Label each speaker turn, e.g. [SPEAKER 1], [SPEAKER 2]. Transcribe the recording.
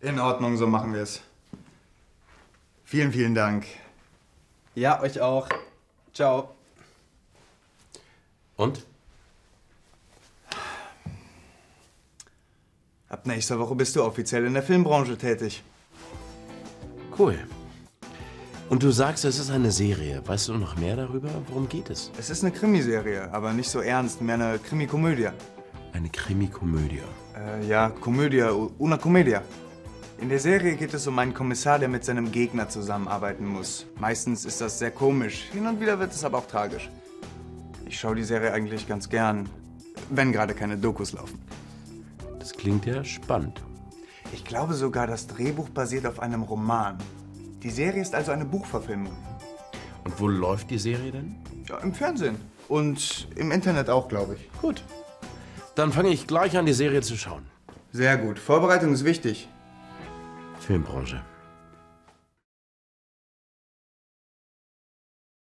[SPEAKER 1] In Ordnung, so machen wir es. Vielen, vielen Dank.
[SPEAKER 2] Ja, euch auch. Ciao.
[SPEAKER 3] Und?
[SPEAKER 1] Ab nächster Woche bist du offiziell in der Filmbranche tätig.
[SPEAKER 3] Cool. Und du sagst, es ist eine Serie. Weißt du noch mehr darüber? Worum geht es?
[SPEAKER 1] Es ist eine Krimiserie, aber nicht so ernst, mehr eine Krimikomödie.
[SPEAKER 3] Eine Krimikomödie.
[SPEAKER 1] Äh, ja, Komödie, u- una Commedia. In der Serie geht es um einen Kommissar, der mit seinem Gegner zusammenarbeiten muss. Meistens ist das sehr komisch, hin und wieder wird es aber auch tragisch. Ich schaue die Serie eigentlich ganz gern, wenn gerade keine Dokus laufen.
[SPEAKER 3] Das klingt ja spannend.
[SPEAKER 1] Ich glaube sogar, das Drehbuch basiert auf einem Roman. Die Serie ist also eine Buchverfilmung.
[SPEAKER 3] Und wo läuft die Serie denn?
[SPEAKER 1] Ja, im Fernsehen. Und im Internet auch, glaube ich.
[SPEAKER 3] Gut. Dann fange ich gleich an, die Serie zu schauen.
[SPEAKER 1] Sehr gut. Vorbereitung ist wichtig.
[SPEAKER 3] Filmbranche.